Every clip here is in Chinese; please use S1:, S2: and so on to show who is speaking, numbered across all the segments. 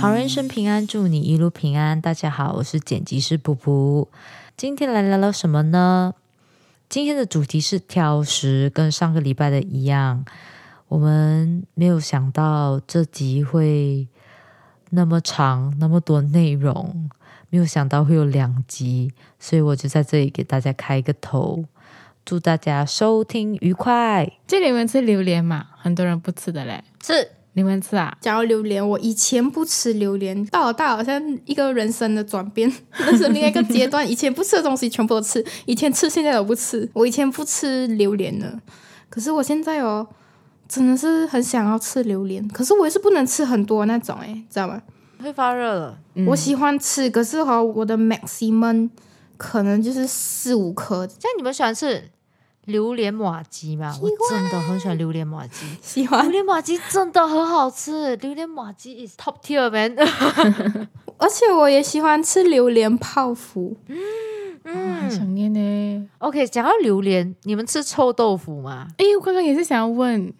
S1: 好人生平安，祝你一路平安。大家好，我是剪辑师噗噗。今天来聊聊什么呢？今天的主题是挑食，跟上个礼拜的一样。我们没有想到这集会那么长，那么多内容，没有想到会有两集，所以我就在这里给大家开一个头。祝大家收听愉快，
S2: 这里面吃榴莲嘛，很多人不吃的嘞。
S1: 是
S2: 你们吃啊？
S3: 讲到榴莲，我以前不吃榴莲，到了大好像一个人生的转变， 人生另外一个阶段。以前不吃的东西全部都吃，以前吃现在都不吃。我以前不吃榴莲的，可是我现在哦，真的是很想要吃榴莲，可是我也是不能吃很多那种，哎，知道吗？
S1: 会发热了。
S3: 我喜欢吃，可是哈、哦，我的 maximum 可能就是四五颗，
S1: 像你们喜欢吃榴莲马鸡吗？我真的很喜欢榴莲马鸡，
S3: 喜
S1: 榴
S3: 欢。
S1: 莲马鸡真的很好吃，榴莲马鸡 is top tier man。
S3: 而且我也喜欢吃榴莲泡芙，
S2: 嗯，很想念呢。
S1: OK，讲到榴莲，你们吃臭豆腐吗？
S2: 哎，我刚刚也是想要问，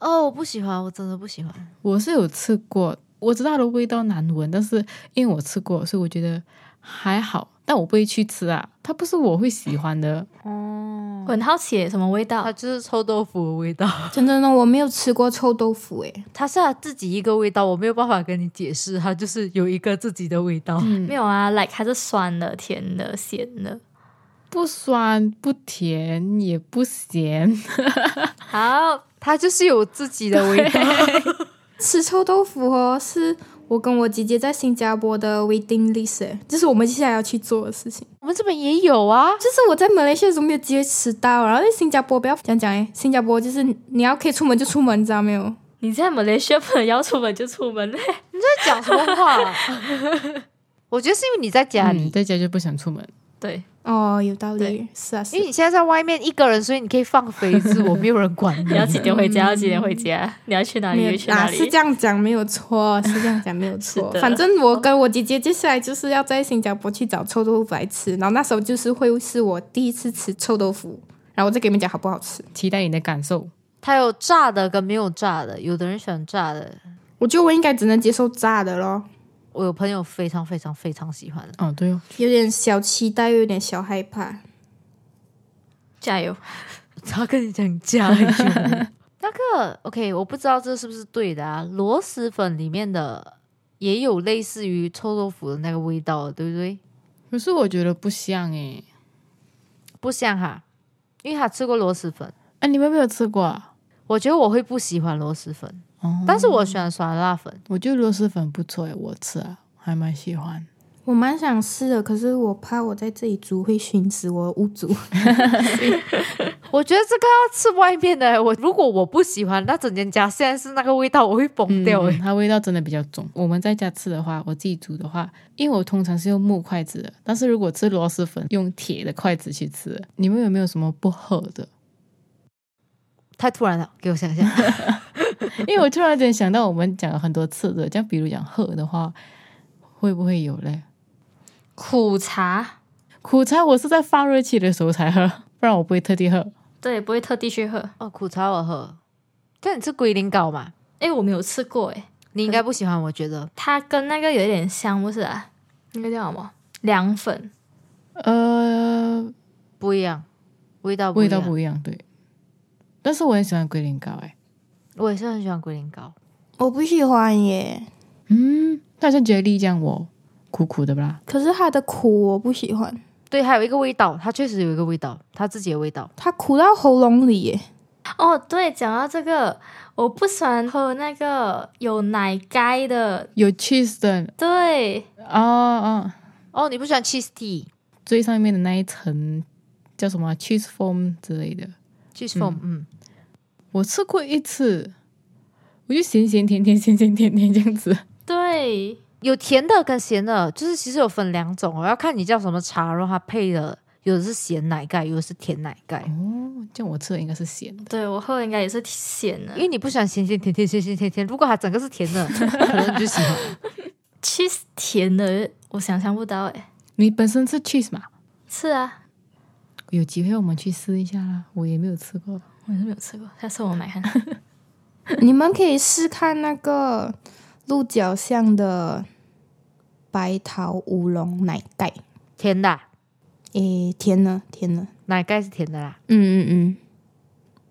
S1: 哦，我不喜欢，我真的不喜欢。
S2: 我是有吃过，我知道它的味道难闻，但是因为我吃过，所以我觉得还好，但我不会去吃啊，它不是我会喜欢 的。
S1: 哦，
S4: 我很好奇什么味道
S1: 它，就是臭豆腐的味道，
S3: 真的呢，我没有吃过臭豆腐，哎，
S1: 它是它自己一个味道，我没有办法跟你解释，它就是有一个自己的味道。
S2: 嗯
S4: 没，有啊，like 它是酸的、甜的、咸的。
S2: 不酸不甜也不咸，
S4: 好，
S1: 它就是有自己的味道，
S3: 吃臭豆腐哦，是我跟我姐姐在新加坡的 waiting list，诶就是我们接下来要去做的事情。
S1: 我们这边也有啊。
S3: 就是我在马来西亚的时候没有机会吃到，啊然后在新加坡不要讲讲诶，新加坡就是你要可以出门就出门，你知道没有？
S4: 你在马来西亚不能要出门就出门 嘞，
S1: 在讲什么 话？我觉得是因为你在家里
S2: 嗯，在家就不想出门。
S4: 对，
S3: 哦，有道理
S4: 对，
S3: 是啊，是
S1: 因为你现在在外面一个人，所以你可以放飞自我，没有人管你
S4: 你。要几点回家？要几点回家？你要去哪里？
S3: 没
S4: 要
S3: 有
S4: 去
S3: 啊，
S4: 哪
S3: 是
S4: 里
S3: 这？样讲没有错，是这样讲没有错
S4: 是。的
S3: 反正我跟我姐姐接下来就是要在新加坡去找臭豆腐来吃，然后那时候就是会是我第一次吃臭豆腐，然后我再给你们讲好不好吃。
S2: 期待你的感受。
S1: 它有炸的跟没有炸的，有的人喜欢炸的，
S3: 我觉得我应该只能接受炸的咯。
S1: 我有朋友非常非常非常喜欢的。
S2: 哦，对哦，
S3: 有点小期待，又有点小害怕。
S4: 加油！
S1: 他跟你讲加油。那个 OK，我不知道这是不是对的啊。螺蛳粉里面的也有类似于臭豆腐的那个味道，对不对？
S2: 可是我觉得不像诶。
S1: 不像哈，因为他吃过螺蛳粉，
S2: 啊，你们没有吃过啊？
S1: 我觉得我会不喜欢螺蛳粉，
S2: 哦，
S1: 但是我喜欢酸辣粉。
S2: 我觉得螺蛳粉不错诶，我吃啊，还蛮喜欢。
S3: 我蛮想试的，可是我怕我在这里煮会熏死我的屋主。
S1: 我觉得这个要吃外面的，我如果我不喜欢，那整间家现在是那个味道，我会崩掉欸诶。
S2: 嗯它味道真的比较重。我们在家吃的话，我自己煮的话，因为我通常是用木筷子的，但是如果吃螺蛳粉，用铁的筷子去吃。你们有没有什么不合的？
S1: 太突然了，给我想想。
S2: 因为我突然间想到，我们讲了很多次的，像比如讲喝的话，会不会有嘞？
S4: 苦茶，
S2: 苦茶我是在发热期的时候才喝，不然我不会特地喝。
S4: 对，不会特地去喝。
S1: 哦，苦茶我喝，但你吃龟苓膏嘛？
S4: 哎，我没有吃过哎，
S1: 你应该不喜欢，我觉得。
S4: 它跟那个有点像，不是啊？那个叫什么？凉粉，
S2: 呃，
S1: 不一样，味道不一
S2: 味
S1: 样
S2: 道不一样，对。但是我很喜欢龟苓膏，哎，
S1: 我也是很喜欢龟苓膏，
S3: 我不喜欢耶，
S2: 嗯，它好像觉得这样我苦苦的吧？
S3: 可是它的苦我不喜欢，
S1: 对，还有一个味道，它确实有一个味道，它自己的味道。
S3: 它苦到喉咙里耶。
S4: 哦，对，讲到这个，我不喜欢喝那个有奶盖的，
S2: 有 cheese 的，
S4: 对，
S2: 哦哦。
S1: 哦，你不喜欢 cheese tea，cheese
S2: 最上面的那一层叫什么啊 cheese foam 之类的，
S1: foam，嗯，
S2: 我吃过一次，我就咸咸甜甜咸咸甜甜这样子。
S4: 对，
S1: 有甜的跟咸的，就是其实有分两种哦，我要看你叫什么茶，然后它配的有的是咸奶盖，有的是甜奶盖。
S2: 哦，这样我吃的应该是咸的。
S4: 对我喝的应该也是咸的
S1: 因。为你不喜欢咸咸甜甜咸咸甜甜，如果它整个是 甜的，可能你就喜欢。
S4: cheese 甜的，我想象不到哎。
S2: 你本身吃 cheese 嘛？
S4: 是啊，
S2: 有机会我们去试一下啦，我也没有吃过。
S4: 我是没有吃过，下次我买看。
S3: 你们可以试看那个鹿角巷的白桃乌龙奶盖，
S1: 甜的啊，
S3: 诶，甜了，甜了。
S1: 奶盖是甜的啦。
S3: 嗯嗯嗯，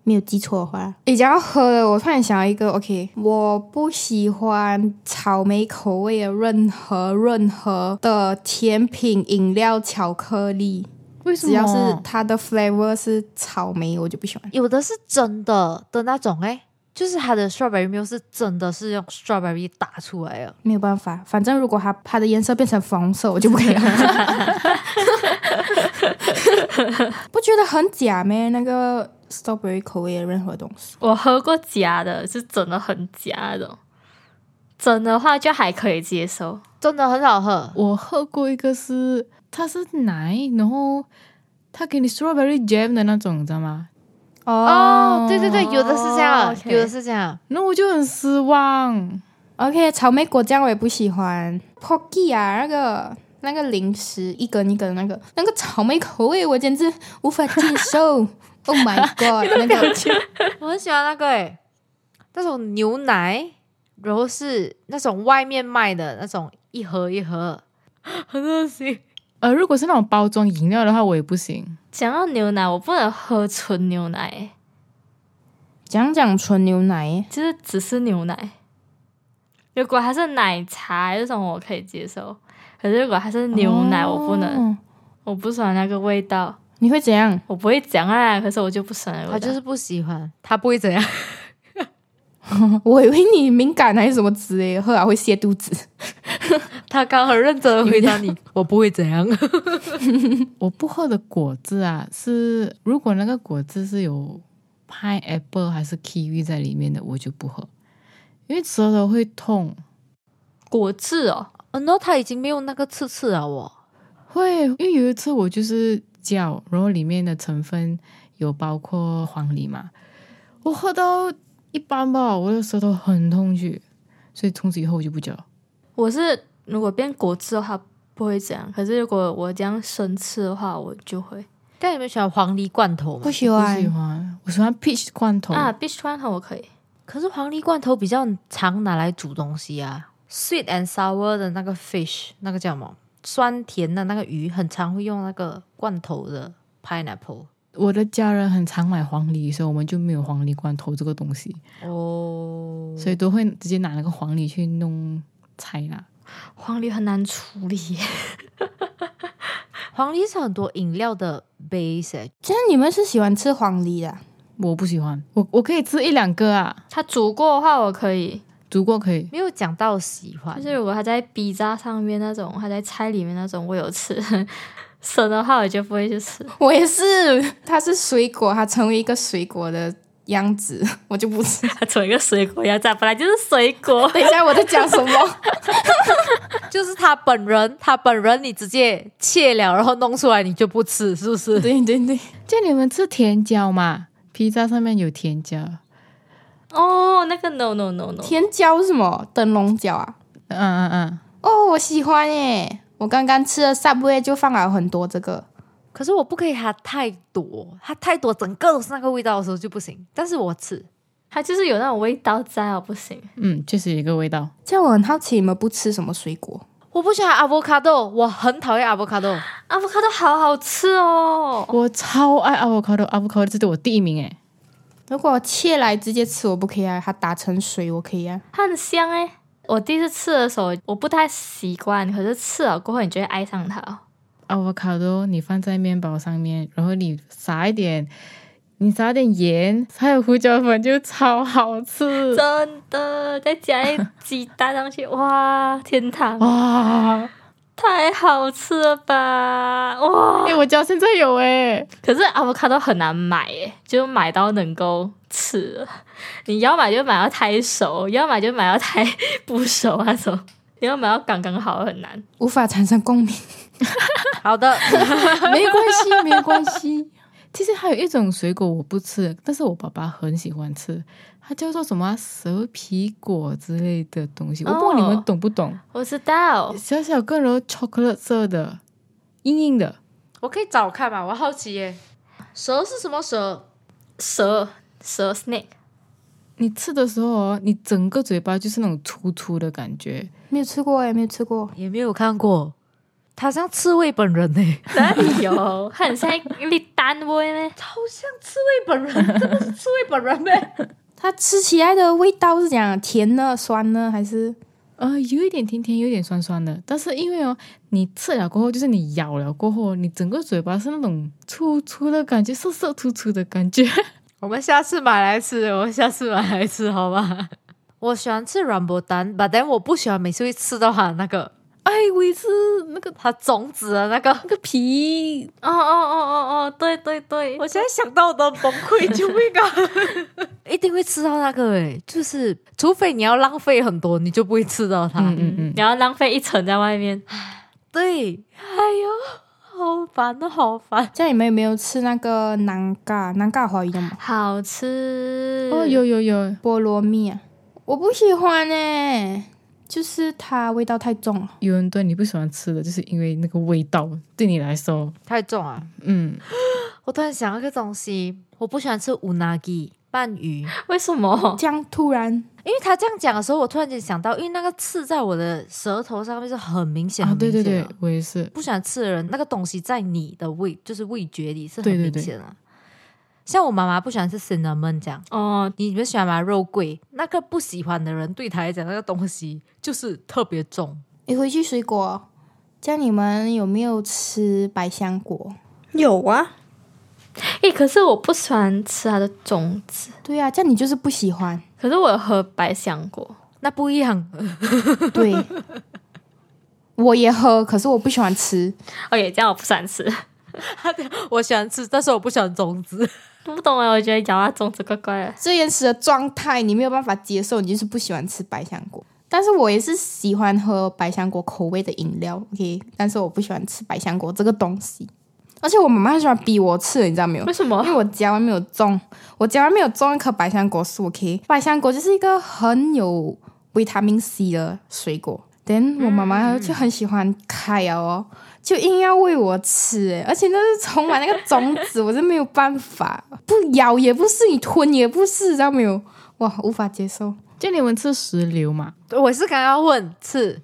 S3: 没有记错的话，诶，讲到喝的，我突然想到一个，OK，我不喜欢草莓口味的任何任何的甜品、饮料、巧克力，
S2: 为什么？
S3: 只要是它的 flavor 是草莓，我就不喜欢。
S1: 有的是真的的那种哎、就是它的 strawberry milk 是真的是用 strawberry 打出来的，
S3: 没有办法，反正如果它它的颜色变成粉红色，我就不可 以了。不觉得很假咩？那个 strawberry 口味的任何东西，
S4: 我喝过假的，是真的很假的。真的话就还可以接受，
S1: 真的很好喝。
S2: 我喝过一个是，它是奶，然后它给你 strawberry jam 的那种，你知道吗？
S1: 哦，对对对，有的是这样，
S4: 哦，OK
S1: 有的是这样。
S2: 然后我就很失望。
S3: OK，草莓果酱我也不喜欢。Pocky 啊，那个那个零食一根一根的那个那个草莓口味，我简直无法接 受。oh my god！那个
S1: 我很喜欢那个哎，那种牛奶，然后是那种外面卖的那种一盒一盒，很恶心。
S2: 呃，如果是那种包装饮料的话，我也不行。
S4: 讲到牛奶，我不能喝纯牛奶，欸
S3: 讲讲纯牛奶，
S4: 就是只是牛奶。如果它是奶茶这种，我可以接受；可是如果它是牛奶，我不能，
S3: 哦
S4: 我不喜欢那个味道。
S3: 你会怎样？
S4: 我不会讲啊，可是我就不喜欢那个
S1: 他
S4: 味道。
S1: 就是不喜欢，他不会怎样。
S3: 我以为你敏感还是什么之类的，喝了会泻肚子。
S1: 他刚很认真的回答你， 我不会怎样。
S2: 我不喝的果汁啊，是如果那个果汁是有 pineapple 还是 kiwi 在里面的，我就不喝，因为舌头会痛。
S4: 果汁哦，
S1: 哦 no，他已经没有那个刺刺了哦。
S2: 会，因为有一次我就是叫，然后里面的成分有包括黄梨嘛，我喝到一般吧，我的舌头很痛去，所以从此以后我就不叫了。
S4: 我是如果变果汁的话不会这样，可是如果我这样生吃的话，我就会
S1: 但你们喜欢黄梨罐头吗
S3: 不？喜
S2: 我不喜
S3: 欢，
S2: 欢，我喜欢 peach 罐头
S4: 啊。必须穿好，我可以。
S1: 可是黄梨罐头比较常拿来煮东西啊，sweet and sour 的那个 fish，那个叫什么？酸甜的那个鱼，很常会用那个罐头的 pineapple。
S2: 我的家人很常买黄梨，所以我们就没有黄梨罐头这个东西，
S1: 哦，
S2: 所以都会直接拿那个黄梨去弄菜啦。
S4: 黄梨很难处理，
S1: 黄梨是很多饮料的 base，欸
S3: 这样你们是喜欢吃黄梨的啊？
S2: 我不喜欢，我我可以吃一两个啊，
S4: 它煮过的话我可以，
S2: 煮过可以。
S1: 没有讲到喜欢
S4: 就。是如果它在 B 炸上面那种，它在菜里面那种，我有吃。生的话我就不会去吃，
S3: 我也是，它是水果，它成为一个水果的样子，我就不吃。
S4: 它从一个水果要炸，本来就是水果。
S3: 等一下我在讲什么？
S1: 就是他本人，他本人你直接切了，然后弄出来你就不吃，是不是？
S3: 对对对，
S2: 叫你们吃甜椒嘛？披萨上面有甜椒，
S4: 哦，那个 no no no no，
S3: 甜椒是什么？灯笼椒啊？
S2: 嗯嗯嗯，
S3: 哦，我喜欢耶！我刚刚吃了 Subway 就放了很多这个，
S1: 可是我不可以它太多，它太多整个都是那个味道的时候就不行。但是我吃，
S4: 它就是有那种味道在，哦我不行。
S2: 嗯，确实有一个味道。
S3: 这样我很好奇你们不吃什么水果？
S1: 我不喜欢 avocado，我很讨厌 avocado。
S4: 阿布卡都好好吃哦，
S2: 我超爱 avocado，avocado 这是我第一名欸诶。
S3: 如果切来直接吃我不可以啊，它打成水我可以啊。
S4: 它很香哎。我第一次吃的时候我不太习惯，可是吃了过后你就会爱上它哦。
S2: avocado 你放在面包上面，然后你撒一点，你撒一点盐，还有胡椒粉，就超好吃。
S4: 真的，再加一鸡蛋上去，哇，天堂，
S2: 哇！
S4: 太好吃了吧，哇！
S2: 哎、我家现在有欸诶。
S4: 可是 avocado 很难买诶，就买到能够吃的，你要买就买到太熟，要买就买到太不熟那种，你要买到刚刚好很难。
S3: 无法产生共鸣，
S1: 好的，
S3: 没关 系，没关系。
S2: 其实还有一种水果我不吃，但是我爸爸很喜欢吃，它叫做什么啊蛇皮果之类的东西，我不知道你们
S4: 哦
S2: 懂不懂。
S4: 我知道，
S2: 小小个，然后 chocolate 色的，硬硬
S3: 嗯
S2: 的，
S1: 我可以找看嘛，我好奇耶。蛇是什么蛇？
S4: 蛇蛇 snake
S2: 你吃的时候哦，你整个嘴巴就是那种粗粗的感觉，
S3: 没有吃过哎，没有吃过。
S1: 也没有看过，他像刺猬本人呢、
S4: 哪里有？他很像一单位呢。
S1: 好像刺猬本人，真的是刺猬本人呗。
S3: 它吃起来的味道是怎样？甜呢？酸呢？还是
S2: 呃，有一点甜甜，有一点酸酸的。但是因为哦，你吃了过后，就是你咬了过后，你整个嘴巴是那种粗粗的感觉，涩涩粗粗的感 觉。
S1: 我们下次买来吃，我们下次买来吃，好吧？我喜欢吃软薄蛋，但但我不喜欢每次会吃到它的那个
S2: 哎，我也是那个
S1: 它种子的那个。
S2: 那个皮，
S4: 哦哦哦哦哦，对对对，
S1: 我现在想到我都崩溃，救命啊！ 一定会吃到那个诶、就是除非你要浪费很多，你就不会吃到它。
S2: 嗯嗯嗯，
S4: 你要浪费一层在外面。
S1: 对，哎呦，好烦哦，好烦。
S3: 像你们有没有吃那个南嘎南嘎华语的吗？
S4: 好吃
S2: 哦，有有有，
S3: 菠萝蜜啊，我不喜欢哎、就是它味道太重了。
S2: 有人对你不喜欢吃的，就是因为那个味道对你来说，
S1: 太重啊！
S2: 嗯，
S1: 我突然想到一个东西，我不喜欢吃乌纳吉鳗鱼，
S4: 为什么？
S3: 这样突然
S1: 因为他这样讲的时候，我突然间想到，因为那个刺在我的舌头上面是很明显，
S2: 啊，
S1: 很
S2: 对
S1: 明
S2: 对
S1: 显
S2: 对
S1: 的，
S2: 我也是，
S1: 不喜欢吃的人，那个东西在你的味就是味觉里是很
S2: 对对
S1: 明
S2: 对
S1: 显的。像我妈妈不喜欢吃 cinnamon 这样，
S4: 哦，
S1: 你们喜欢吗？肉桂那个不喜欢的人，对他来讲那个东西就是特别重。
S3: 你回去水果，这样你们有没有吃百香果？
S5: 有啊，
S4: 诶，可是我不喜欢吃它的种子，
S3: 对啊，这样你就是不喜欢。
S4: 可是我有喝百香果。
S1: 那不一样，
S3: 对，我也喝，可是我不喜欢吃。
S4: OK，这样我不喜欢吃，
S1: 我喜欢吃，但是我不喜欢种子。
S4: 不懂哎，我觉得咬它种子怪怪的。
S3: 这原始的状态你没有办法接受，你就是不喜欢吃百香果。但是我也是喜欢喝百香果口味的饮料，OK，但是我不喜欢吃百香果这个东西。而且我妈妈很喜欢逼我吃的，你知道没有
S4: 为？什么
S3: 因为？我家外面有种，我家外面有种一棵百香果树，OK，百香果就是一个很有维他命 C 的水果。等我妈妈就很喜欢开啊哦，就硬要喂我吃，欸诶而且那是充满那个种 子，我真没有办法，不咬也不是，你吞也不是，知道没有？哇，无法接受。
S2: 就你们吃石榴嘛，
S1: 我是刚刚问刺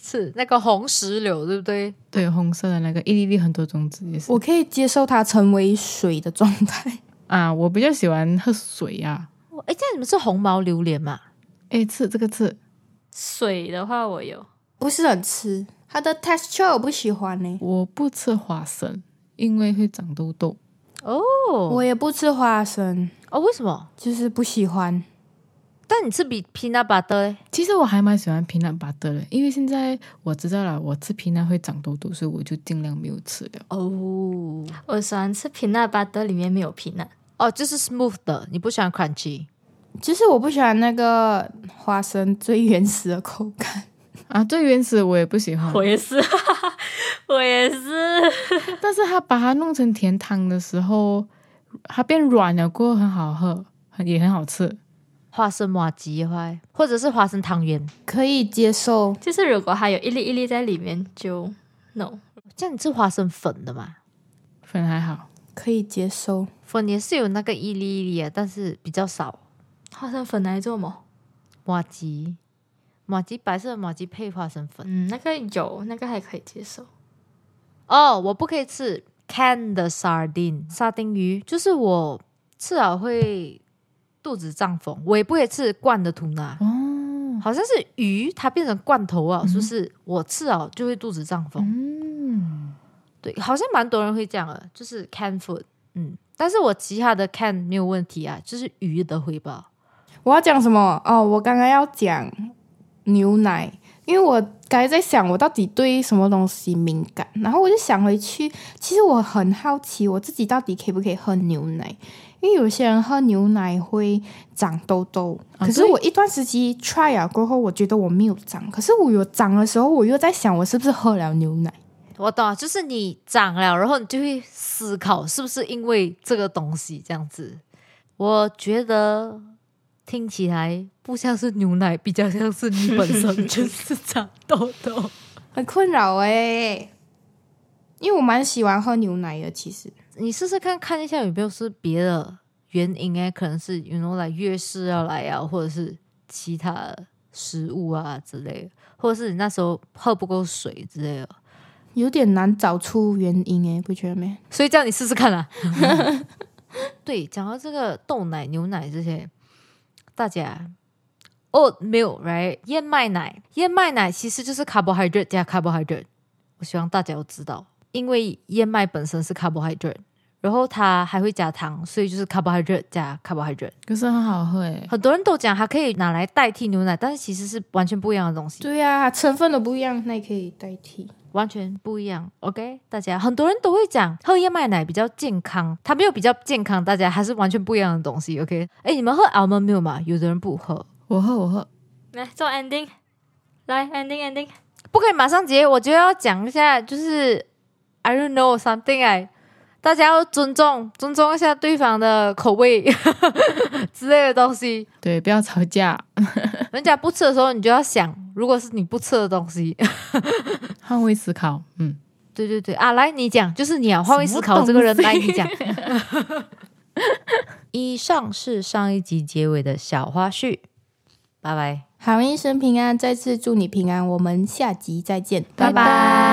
S1: 刺那个红石榴，对不对？
S2: 对，红色的那个一粒粒很多种子也是，
S3: 我可以接受它成为水的状态，
S2: 啊，我比较喜欢喝水呀、
S1: 哎，这样你们是红毛榴莲嘛？
S2: 诶，哎，吃这个吃，
S4: 水的话我有，
S3: 不是很吃。它的 texture 我不喜欢欸呢、
S2: 我不吃花生，因为会长痘痘。
S1: 哦，
S3: 我也不吃花生，
S1: 哦，为什么？
S3: 就是不喜欢。
S1: 但你是比 peanut butter 嘞
S2: 其实我还蛮喜欢皮蛋巴的，因为现在我知道了，我吃皮蛋会长痘痘，所以我就尽量没有吃了。
S1: 哦
S4: 我喜欢吃皮娜巴德，里面没有皮娜。
S1: 哦，就是 smooth 的，你不喜欢 crunchy。
S3: 其实我不喜欢那个花生最原始的口感，
S2: 啊，最原始我也不喜欢，
S4: 我也是， 我也是。
S2: 但是它把它弄成甜汤的时候，它变软了过后很好喝，很也很好吃。
S1: 花生麻吉坏，或者是花生汤圆。
S3: 可以接受。
S4: 就是如果它有一粒一粒在里面，就 no。
S1: 这样你吃花生粉的嘛？
S2: 粉还好，
S3: 可以接受，
S1: 粉也是有那个一粒一粒的，但是比较少。
S4: 花生粉拿来做么？
S1: 麻吉，麻吉白色的麻吉配花生粉。
S4: 嗯，那个有，那个还可以接受。
S1: 哦，我不可以吃 can 的 sardine 沙丁鱼，就是我吃了会肚子胀风。我也不可以吃罐的吐纳。
S2: 哦，
S1: 好像是鱼，它变成罐头啊，是不是？我吃了就会肚子胀风。
S2: 嗯，
S1: 对，好像蛮多人会这样的，就是 can food，嗯，但是我其他的 can 没有问题啊，就是鱼的回报。
S3: 我要讲什么？哦，我刚刚要讲牛奶，因为我刚才在想我到底对什么东西敏感，然后我就想回去，其实我很好奇我自己到底可不可以喝牛奶，因为有些人喝牛奶会长痘痘，
S2: 啊
S3: 可是
S2: 对
S3: 我一段时期 try 了过后，我觉得我没有长，可是我有长的时候，我又在想我是不是喝了牛奶。
S1: 我懂啊，就是你长了，然后你就会思考是不是因为这个东西这样子。我觉得听起来不像是牛奶，比较像是你本身就是长痘 痘。
S3: 很困扰哎、因为我蛮喜欢喝牛奶的，其实
S1: 你试试看看一下有没有是别的原因哎，可能是 you know 来月事要来啊，或者是其他的食物啊之类的，或者是你那时候喝不够水之类的。
S3: 有点难找出原因诶，不觉得吗？
S1: 所以叫你试试看啊。 对，讲到这个豆奶、牛奶这些，大家 oat milk right 燕麦奶，燕麦奶其实就是 carbohydrate 加 carbohydrate。我希望大家都知道，因为燕麦本身是 carbohydrate，然后它还会加糖，所以就是 carbohydrate 加 carbohydrate。
S2: 可是很好喝欸诶。
S1: 很多人都讲它可以拿来代替牛奶，但是其实是完全不一样的东西。
S3: 对呀、成分都不一样，那也可以代替。
S1: 完全不一样。OK，大家很多人都会讲喝燕麦奶比较健康，它没有比较健康，大家还是完全不一样的东西。OK，哎，你们喝 almond milk 吗？有的人不喝，
S2: 我喝，我喝，
S4: 来做 ending，来 ending ending，
S1: 不可以马上结。我觉得要讲一下，就是 I don't know something I。大家要尊重，尊重一下对方的口味 之类的东西。
S2: 对，不要吵架，
S1: 人家不吃的时候，你就要想，如果是你不吃的东西，
S2: 换位思考。嗯，
S1: 对对对啊，来你讲，就是你啊，换位思考，这个人来你讲。以上是上一集结尾的小花絮，拜拜。
S3: 好人一生平安，再次祝你平安，我们下集再见，
S1: 拜拜